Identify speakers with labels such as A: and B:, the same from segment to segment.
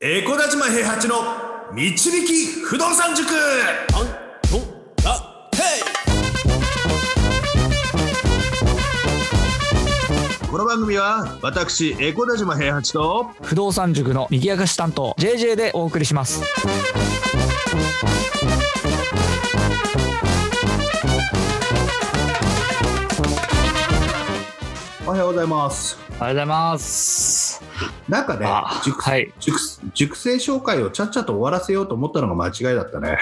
A: エコダ島平八の導き不動産塾
B: あんとらへ
A: この番組は私エコダ島平八と
C: 不動産塾の賑やかし担当 JJ でお送りします
A: おはようございます
C: おはようございます
A: なんかね
C: あ
A: 熟,、
C: はい
A: 熟熟成紹介をちゃっちゃと終わらせようと思ったのが間違いだったね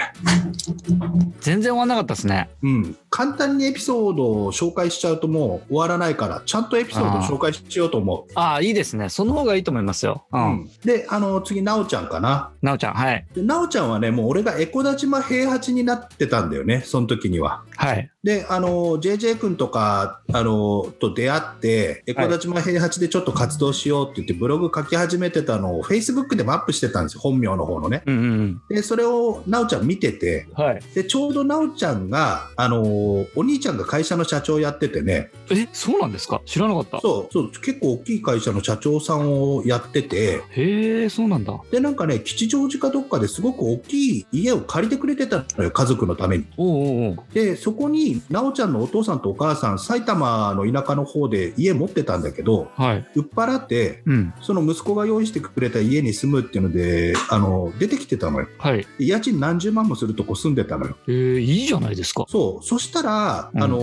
C: 全然終わんなかったですね
A: うん簡単にエピソードを紹介しちゃうともう終わらないからちゃんとエピソードを紹介しようと思う
C: ああいいですねその方がいいと思いますよう、
A: うんん、であの次なおちゃんかな
C: なおちゃんはい
A: でなおちゃんはねもう俺がエコダ島平八になってたんだよねその時には
C: はい
A: で、あの、JJ 君とか、あの、と出会って、エコダ島平八でちょっと活動しようって言って、ブログ書き始めてたのを、Facebook でもアップしてたんですよ、本名の方のね。
C: うんうん
A: で、それを、なおちゃん見てて、
C: うんはい
A: で、ちょうどなおちゃんが、あの、お兄ちゃんが会社の社長やっててね、
C: えそうなんですか知らなかった
A: そう、そう、結構大きい会社の社長さんをやってて、
C: へえそうなんだ
A: で、なんかね、吉祥寺かどっかですごく大きい家を借りてくれてたのよ、家族のために。
C: おうおうおう
A: でそこになおちゃんのお父さんとお母さん埼玉の田舎の方で家持ってたんだけど
C: はい
A: 売っ払って
C: うん
A: その息子が用意してくれた家に住むっていうのであの出てきてたのよ
C: はい
A: で家賃何十万もするとこ住んでたのよ
C: えー、いいじゃないですか
A: そうそしたら、
C: うん
A: あの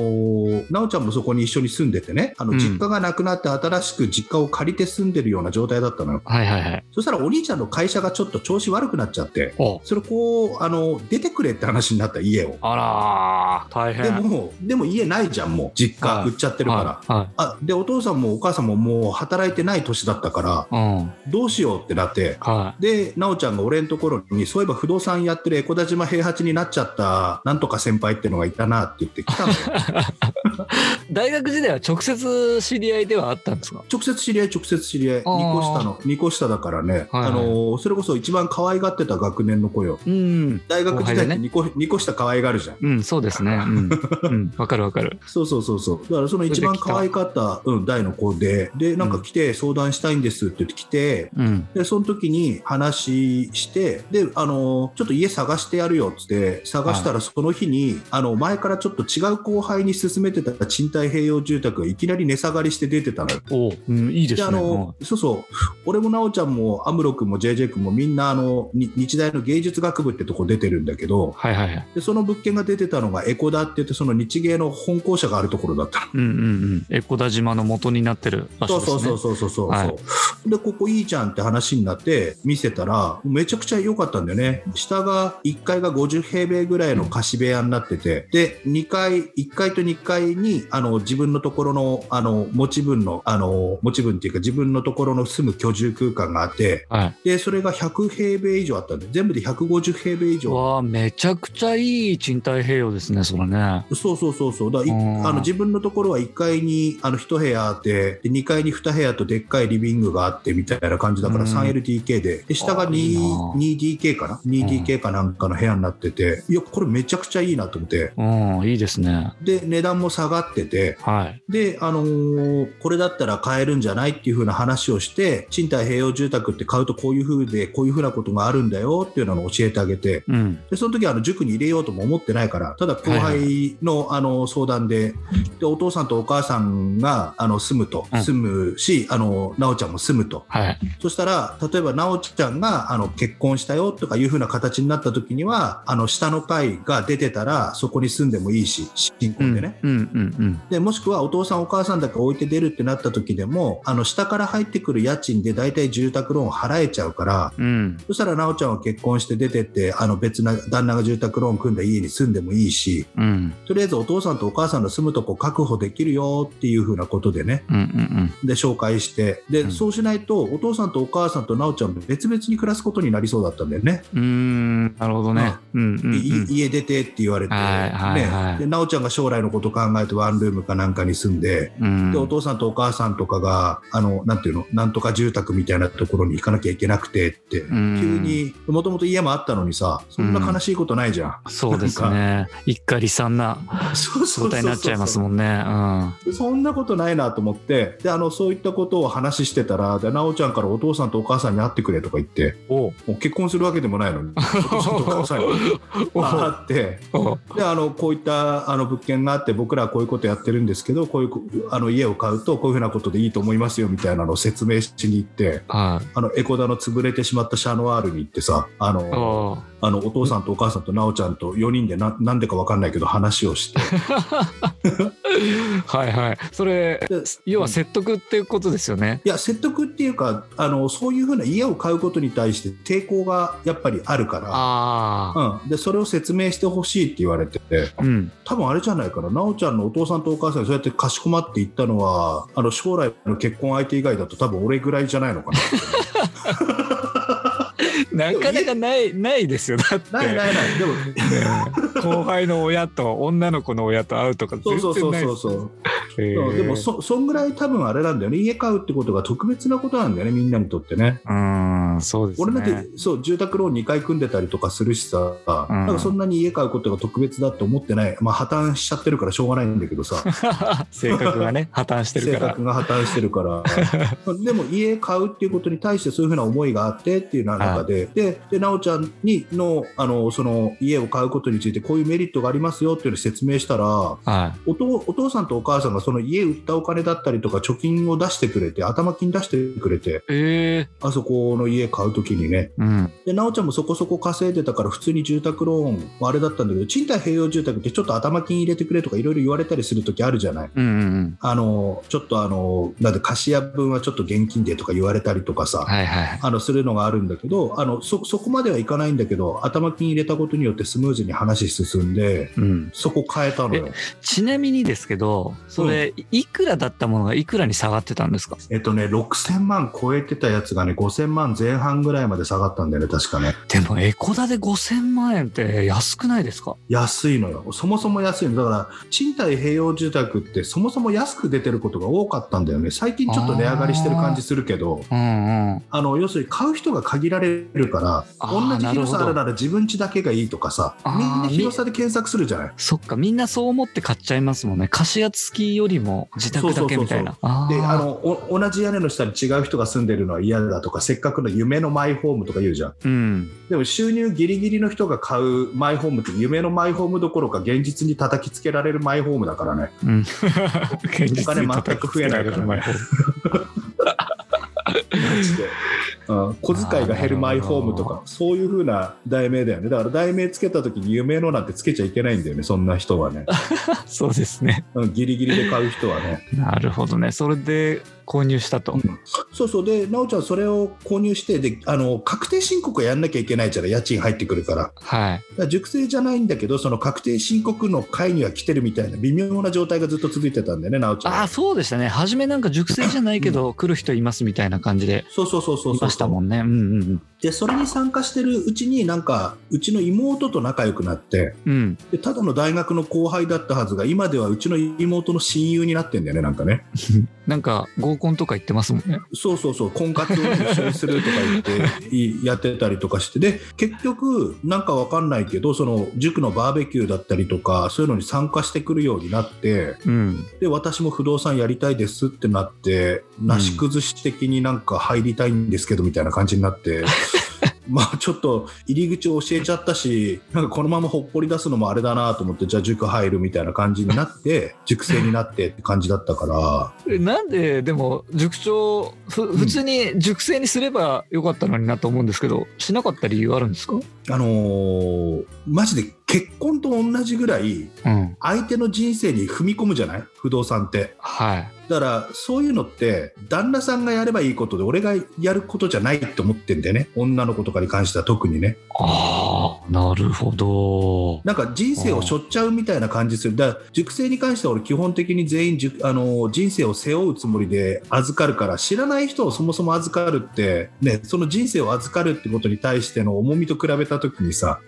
A: なおちゃんもそこに一緒に住んでてねあの
C: うん
A: 実家がなくなって新しく実家を借りて住んでるような状態だったのよ
C: はいはいはい
A: そしたらお兄ちゃんの会社がちょっと調子悪くなっちゃって
C: お
A: それこうあの出てくれって話になった家を
C: あらー大変
A: でも、でも家ないじゃん、もう、実家、
C: はい
A: 売っちゃってるから。
C: はいはい
A: あでお父さんもお母さんももう働いてない年だったから
C: うん
A: どうしようってなって
C: はい
A: で奈緒ちゃんが俺のところにそういえば不動産やってる江古田島平八になっちゃったなんとか先輩ってのがいたなって言って来た のよ
C: 大学時代は直接知り合いではあったんですか
A: 直接知り合い直接知り合い2
C: あー
A: 個下の2個下だからね、
C: はいは
A: あ
C: い
A: のーそれこそ一番可愛がってた学年の子よ
C: うん
A: 大学時代
C: 後輩
A: っ
C: で
A: て
C: ね
A: 2個 ,2 個下可愛がるじゃん
C: うん、そうですね。うん、うん、わかるわかる。
A: そうそうそうそう。だからその一番可愛かった、うん、大の子で、で、なんか来て相談したいんですって言って来て、
C: うん。
A: で、その時に話して、で、あの、ちょっと家探してやるよっつって、探したらその日に、あの、前からちょっと違う後輩に勧めてた賃貸併用住宅がいきなり値下がりして出てたのよ。
C: おう、うん、いいです
A: で、
C: ね。
A: あの、そうそう、俺も奈緒ちゃんも、アムロ君も JJ 君もみんな、あの、に日大の芸術学部ってとこ出てるんだけど、
C: はいはいはい。
A: で、その物件が出てたのがエコダって言って、その日芸の本校舎があるところだったの
C: うんうんうん。江古田島の元になってる場
A: そ
C: 所
A: うそ
C: です
A: う
C: ね。
A: そうそうそうそう、
C: はい
A: でここいいじゃんって話になって見せたらめちゃくちゃ良かったんだよね下が1階が50平米ぐらいの貸し部屋になっててで2階1階と2階にあの自分のところのあの持ち分のあの持ち分っていうか自分のところの住む居住空間があって
C: はい。
A: でそれが100平米以上あったんで全部で150平米以上
C: わあ、めちゃくちゃいい賃貸併用ですね、それね。
A: そうそうそうそうだからい
C: うん
A: あの自分のところは1階にあの1部屋あってで2階に2部屋とでっかいリビングがあってみたいな感じだから
C: うん
A: 3LDK でで下が
C: あいいな
A: 2- 2DK かな 2DK かなんかの部屋になってていやこれめちゃくちゃいいなと思って
C: うん、いいですね。
A: で値段も下がってて
C: はい。
A: で、あのーこれだったら買えるんじゃないっていう風な話をして賃貸併用住宅って買うとこういう風でこういう風なことがあるんだよっていうのを教えてあげて
C: うん。
A: でその時はあの塾に入れようとも思ってないからただ後輩の,、あの相談ででお父さんとお母さんがあの住むと、
C: うん
A: 住むしあの奈緒ちゃんも住むと
C: はい。
A: そしたら例えば奈緒ちゃんがあの結婚したよとかいうふうな形になった時にはあの下の階が出てたらそこに住んでもいいし新
C: う
A: 婚
C: ん、
A: でね。
C: うん、うん、
A: でもしくはお父さんお母さんだけ置いて出るってなった時でもあの下から入ってくる家賃で大体住宅ローン払えちゃうから
C: うん。うん。
A: そしたら奈緒ちゃんは結婚して出てってあの別な旦那が住宅ローン組んだ家に住んでもいいし
C: うん、
A: とりあえずお父さんとお母さんの住むとこ確保できるよっていうふうなことでね
C: うん、うん、
A: で紹介してで、
C: うん
A: そうしないとお父さんとお母さんと奈緒ちゃん別々に暮らすことになりそうだったんだよね、
C: うん。うーん、なるほどね。うん、うん、う
A: い
C: ん。
A: 家出てって言われて、
C: はいはいはい
A: ね、で奈緒ちゃんが将来のこと考えてワンルームかなんかに住んで。
C: うん
A: でお父さんとお母さんとかがあのなんていうのなんとか住宅みたいなところに行かなきゃいけなくてって、
C: ん
A: 急にもともと家もあったのにさそんな悲しいことないじゃん、
C: そうですね。一家離散な
A: そうそうそうそう
C: 状態になっちゃいますもんね。うん。
A: そんなことないなと思ってであのそういったことを話してたらでたいな、なおちゃんからお父さんとお母さんに会ってくれとか言って、
C: おう
A: もう結婚するわけでもない のに、お父さんとお母さんに
C: お
A: 会
C: う
A: って、
C: おう
A: であのこういったあの物件があって僕らはこういうことやってるんですけどこういうこあの家を買うとこういうふうなことでいいと思いますよみたいなのを説明しに行って
C: は
A: あのエコダの潰れてしまったシャノワールに行ってさあ
C: い。
A: の
C: おう
A: あのお父さんとお母さんと奈緒ちゃんと4人でななんでか分かんないけど話を して
C: はいはい。それ、
A: で
C: 要は説得っていうことですよね。
A: いや説得っていうかあのそういうふうな家を買うことに対して抵抗がやっぱりあるから。
C: ああ。
A: うん、でそれを説明してほしいって言われてて
C: うん。
A: 多分あれじゃないかな、奈緒ちゃんのお父さんとお母さんにそうやってかしこまっていったのは、あの将来の結婚相手以外だと、多分俺ぐらいじゃないのか
C: なかなかない、ないですよ。だって。
A: な。ないないない、でも、
C: 後輩の親と女の子の親と会うとか
A: そう
C: 全
A: そうそ
C: 然
A: う
C: ない
A: そうそう、
C: へ
A: そう
C: ー
A: でもそ、そんぐらい多分あれなんだよね、家買うってことが特別なことなんだよね、みんなにとってね。
C: うーんそうですね
A: 俺だってそう住宅ローン2回組んでたりとかするしさ、なんかそんなに家買うことが特別だって思ってない、まあ、破綻しちゃってるからしょうがないんだけどさ、
C: 性格 がね破綻 してる
A: 性
C: から
A: 格が破綻してるから でも家買うっていうことに対してそういうふうな思いがあってっていう中で、でで奈緒ちゃんにのあのその家を買うことについてこういうメリットがありますよっていうのを説明したらお
C: はい
A: 父お父さんとお母さんがその家売ったお金だったりとか貯金を出してくれて頭金出してくれて
C: ええ
A: あそこの家買う時にね
C: うん
A: で奈緒ちゃんもそこそこ稼いでたから普通に住宅ローンはあれだったんだけど賃貸併用住宅ってちょっと頭金入れてくれとかいろいろ言われたりする時あるじゃない。
C: うんうんうん
A: あのちょっとあのなんで貸し屋分はちょっと現金でとか言われたりとかさ、
C: はいはい
A: あのするのがあるんだけどあのそそこまではいかないんだけど頭金入れたことによってスムーズに話進んで
C: うん、
A: そこ変えたのよ
C: ちなみにですけどそれ、いくらだったものがいくらに下がってたんですか
A: えっとね6000万超えてたやつがね5000万前半ぐらいまで下がったんだよね確かね
C: でもエコダで5000万円って安くないですか
A: 安いのよそもそも安いのだから賃貸併用住宅ってそもそも安く出てることが多かったんだよね最近ちょっと値上がりしてる感じするけど
C: うんうん
A: あの要するに買う人が限られるから
C: あ
A: 同
C: ー
A: じ広さあるなら自分家だけがいいとかさ
C: あー
A: みんな広さで検索するじゃない。
C: そっかみんなそう思って買っちゃいますもんね貸家付きよりも自宅だけみたいなあ
A: で
C: ー
A: あのお同じ屋根の下に違う人が住んでるのは嫌だとかせっかくの夢のマイホームとか言うじゃん
C: うん
A: でも収入ギリギリの人が買うマイホームって夢のマイホームどころか現実に叩きつけられるマイホームだからね
C: うん、 現
A: お金全く増えないからねマジで、うん、小遣いが減るマイホームと
C: な
A: かそういう風な題名だよねだから題名つけた時に夢のなんてつけちゃいけないんだよねそんな人はね、
C: そうですね
A: うん、ギリギリで買う人はね
C: なるほどねそれで購入したと、
A: そうそうで、なおちゃん、それを購入してであの、確定申告をやんなきゃいけないじゃない、家賃入ってくるから、だか
C: はい
A: ら熟成じゃないんだけど、その確定申告の会には来てるみたいな、微妙な状態がずっと続いてたんだよね、なおちゃん
C: ああ
A: は。
C: そうでしたね初めなんか熟成じゃないけど、来る人いますみたいな感じで
A: そうそうそうそう
C: い
A: そう
C: ましたもんねうんうん
A: で、それに参加してるうちに、なんか、うちの妹と仲良くなって
C: うんうん
A: で、ただの大学の後輩だったはずが、今ではうちの妹の親友になってんだよね、なんかね。
C: なんか合コンとか行ってますもんね
A: そうそうそう婚活を一緒にするとか言って いやってたりとかしてで結局なんかわかんないけどその塾のバーベキューだったりとかそういうのに参加してくるようになって
C: うん
A: で私も不動産やりたいですってなってなし崩し的になんか入りたいんですけどみたいな感じになって。まあちょっと入り口を教えちゃったしなんかこのままほっぽり出すのもあれだなと思ってじゃあ塾入るみたいな感じになって塾生になってって感じだったから
C: えなんででも塾長ふ普通に熟成にすればよかったのになと思うんですけど、しなかった理由あるんですか
A: あのーマジで結婚と同じぐらい
C: うん
A: 相手の人生に踏み込むじゃない不動産って
C: はい
A: だからそういうのって旦那さんがやればいいことで俺がやることじゃないって思ってんだよね女の子とかに関しては特にね
C: ああなるほど
A: なんか人生を背負っちゃうみたいな感じするだから塾生に関しては俺基本的に全員塾、あのー人生を背負うつもりで預かるから知らない人をそもそも預かるって、ね、その人生を預かるってことに対しての重みと比べた時にさ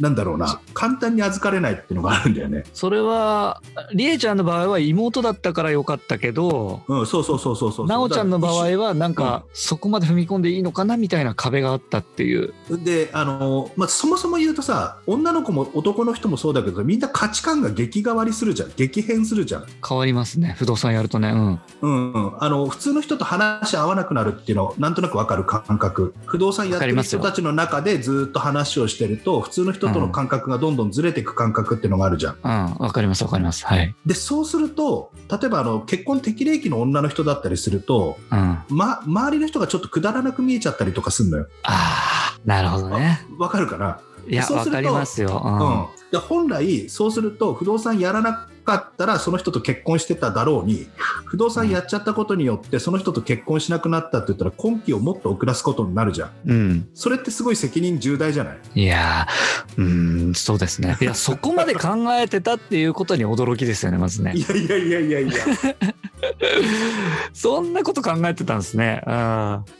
A: なんだろうな、簡単に預かれないっていうのがあるんだよね。
C: それはりえちゃんの場合は妹だったからよかったけど
A: うん、そうそうそうそうそう。
C: なおちゃんの場
A: だから
C: 合はなんかそこまで踏み込んでいいのかなみたいな壁があったっていう
A: であの、まあ、そもそも言うとさ女の子も男の人もそうだけどみんな価値観が激変わりするじゃん激変するじゃん、
C: 変わりますね不動産やるとねうん
A: うんうん、あの普通の人と話合わなくなるっていうのなんとなくわかる感覚不動産やって
C: わかり
A: る
C: ます
A: 人
C: よ
A: たちの中でずっと話をしてると普通の人との感覚がどんどんずれていく感覚っていうのがあるじゃん
C: うんわかりますわかりますはい
A: でそうすると例えばあの結婚適齢期の女の人だったりすると、
C: うんあ
A: ま、周りの人がちょっとくだらなく見えちゃったりとかするのよ
C: あーなるほどね
A: わかるかない
C: や
A: そう
C: わ
A: すると
C: かりますようん
A: うん、で本来、そうすると不動産やらなかったらその人と結婚してただろうに不動産やっちゃったことによってその人と結婚しなくなったって言ったら婚期をもっと遅らすことになるじゃん
C: うん
A: それってすごい責任重大じゃない
C: いやーうーんそうですねいやそこまで考えてたっていうことに驚きですよねまずね
A: いやいやいやいや いや
C: そんなこと考えてたんですねうん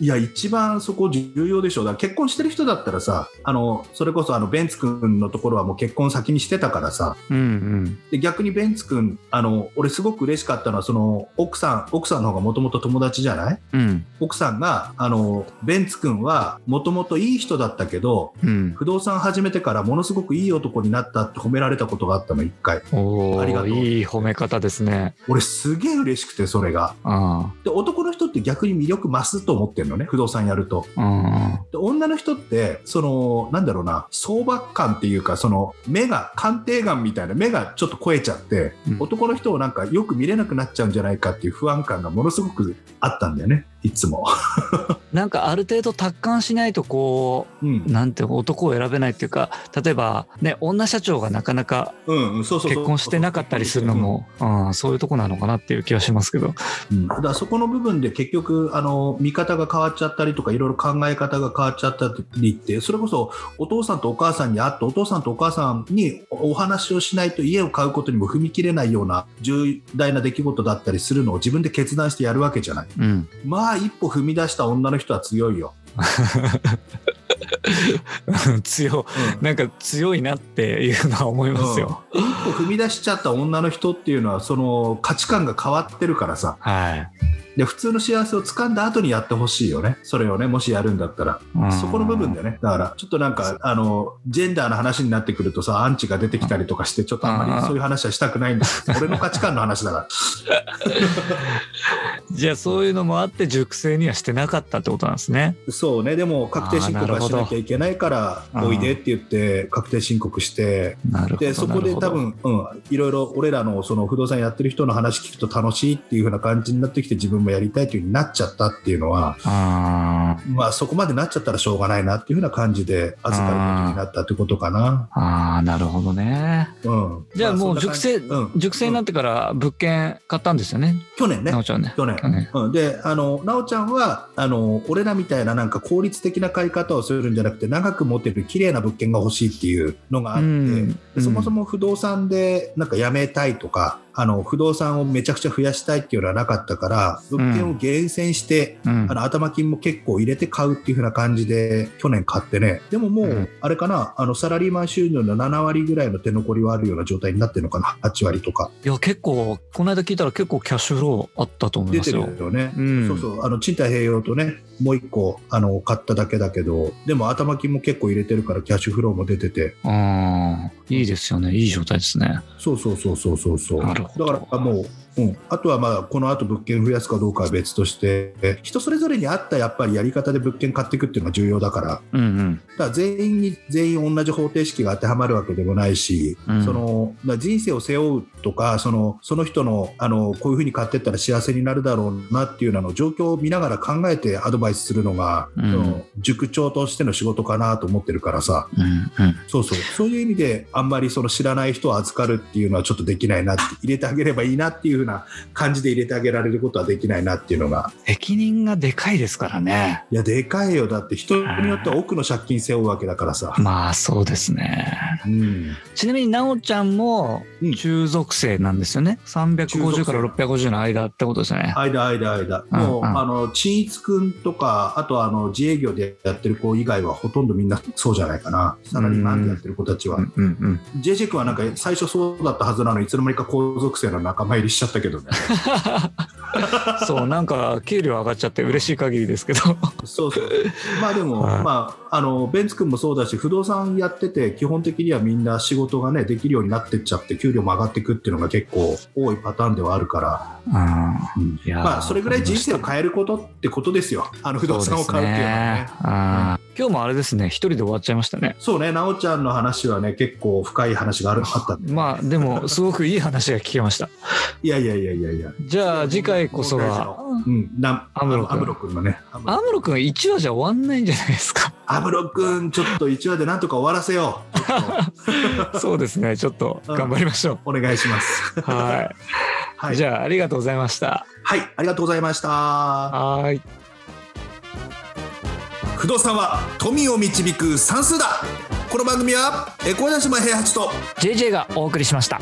A: いや一番そこ重要でしょうだから結婚してる人だったらさあのそれこそあのベンツ君のところはもう結婚先にしてたからさ
C: うんうん
A: で逆にベンツ君あの俺すごく嬉しかったのはその奥さん奥さんの方がもともと友達じゃない
C: うん
A: 奥さんがあのベンツ君はもともといい人だったけど
C: うん
A: 不動産始めてからものすごくいい男になったって褒められたことがあったの一回
C: お
A: ありがとう
C: おいい褒め方ですね
A: 俺すげえ嬉しくてそれが
C: うん
A: で男の人って逆に魅力増すと思ってるのね不動産やると
C: うん
A: で女の人ってそのなんだろうな相場感っていうかその目が鑑定眼みたいな目がちょっと超えちゃって、
C: うん
A: 男の人をなんかよく見れなくなっちゃうんじゃないかっていう不安感がものすごくあったんだよねいつも、
C: なんかある程度達観しないとこ
A: うん
C: うなんていうの男を選べないっていうか例えばね女社長がなかなか
A: うんうん、そうそうそう
C: 結婚してなかったりするのもうんそういうとこなのかなっていう気はしますけど
A: うんだからそこの部分で結局あの見方が変わっちゃったりとかいろいろ考え方が変わっちゃったりってそれこそお父さんとお母さんに会ってお父さんとお母さんにおお話をしないと家を買うことにも踏み切れないような重大な出来事だったりするのを自分で決断してやるわけじゃない
C: うん
A: まあ一歩踏み出した女の人は強いよ、
C: 強
A: うん
C: なんか強いなっていうのは思いますよ
A: 一歩踏み出しちゃった女の人っていうのはその価値観が変わってるからさ
C: はい
A: で普通の幸せを掴んだ後にやってほしいよねそれをねもしやるんだったら
C: うん
A: そこの部分だよね。だから、ちょっとなんか、あの、ジェンダーの話になってくるとさ、アンチが出てきたりとかして、ちょっとあんまりそういう話はしたくないんだ けど俺の価値観の話だか
C: じゃあそういうのもあって熟成にはしてなかったってことなんですね
A: ら。そうね、でも、確定申告はしなきゃいけないから、
C: あーなるほど
A: おいでって言って、確定申告して、
C: なるほど
A: で、そこで多分、うん、いろいろ俺らのその不動産やってる人の話聞くと楽しいっていう風な感じになってきて、自分もやりたいという風になっちゃったっていうのは、
C: あー
A: まあそこまでなっちゃったらしょうがないなっていう風な感じで預かることになったってことかな。
C: あーなるほどね
A: うん。
C: じゃあ
A: ま
C: もう
A: そんな
C: 熟
A: 感じ
C: 成、
A: うん
C: 熟成になってから物件買ったんですよね、
A: 去年ね
C: な。おちゃんね。
A: 去年
C: 去年
A: うん、であのなおちゃんはあの俺らみたいななんか効率的な買い方をするんじゃなくて長く持てる綺麗な物件が欲しいっていうのがあって、
C: うん
A: でそもそ
C: も、
A: も不動産でなんかやめたいとかあの不動産をめちゃくちゃ増やしたいっていうのはなかったから物件を厳選して、
C: うん
A: あの頭金も結構入れて買うっていう風な感じで去年買ってねでもも
C: うん
A: うあれかなあのサラリーマン収入の7割ぐらいの手残りはあるような状態になってるのかな8割とか
C: いや結構この間聞いたら結構キャッシュフローあったと思い
A: 出
C: ま
A: て
C: す
A: る
C: よ。
A: よね。
C: ん、
A: そうそうあの賃貸併用とねもう一個あの買っただけだけどでも頭金も結構入れてるからキャッシュフローも出てて
C: あーいいですよねいい状態ですね。
A: そうそうそうそうそうそうだ
C: なるほど
A: からもう、うん、あとはまあこの後物件増やすかどうかは別として人それぞれに合ったやっぱりやり方で物件買っていくっていうのが重要だから
C: うんうん
A: だから全員に全員同じ方程式が当てはまるわけでもないし、
C: うん
A: そのだから人生を背負うとかそのその人のあのこういうふうに買ってったら幸せになるだろうなっていうようなのを状況を見ながら考えてアドバイスするのが、
C: うん
A: その塾長としての仕事かなと思ってるからさ
C: うんうん。
A: そうそうそういう意味であんまりその知らない人を預かるっていうのはちょっとできないなって入れてあげればいいなっていうふいうふうな感じで入れてあげられることはできないなっていうのが
C: 責任がでかいですからね。
A: いやでかいよだって人によっては奥の借金背負うわけだからさ、
C: まあそうですね。
A: うん、
C: ちなみになおちゃんも
A: うん
C: 中属性なんですよね。350から650の間ってことですよね。
A: 間間間
C: うん
A: もう、
C: うん
A: あの陳一君とかあとあの自営業でやってる子以外はほとんどみんなそうじゃないかなサラリーマンでやってる子たちは、
C: うんうんうん。
A: JJ 君はなんか最初そうだったはずなのにいつの間にか皇族生の仲間入りしちゃったけ どね
C: そうなんか給料上がっちゃって嬉しい限りですけど
A: そうそうまあでも、
C: はい
A: まあ、あのベンツ君もそうだし不動産やってて基本的にはみんな仕事がねできるようになってっちゃって給料も上がっていくっていうのが結構多いパターンではあるから、
C: うん
A: うん
C: いやー
A: まあ、それぐらい人生を変えることってことですよあの不動産を買うっていうのはね。
C: そうですねうん今日もあれですね一人で終わっちゃいましたね
A: そうね、なおちゃんの話はね、結構深い話があるあったんで。
C: まあでもすごくいい話が聞けま した
A: いやいやいやいやいや。
C: じゃあ次回こそは
A: うん、な
C: アムロ君
A: アムロ君のね。アム
C: アムロ君1話じゃ終わんないんじゃないで すか
A: アムロ君、ちょっと1話でなんとか終わらせよう。ちょっと
C: そうですねちょっと頑張りましょ
A: お願いし ます。
C: うは
A: はいい。
C: じゃあありがとうございました
A: はい、ありがとうございました。
C: はい
A: 不動産は富を導く算数だこの番組は、え、小林島平八と、
C: JJ がお送りしました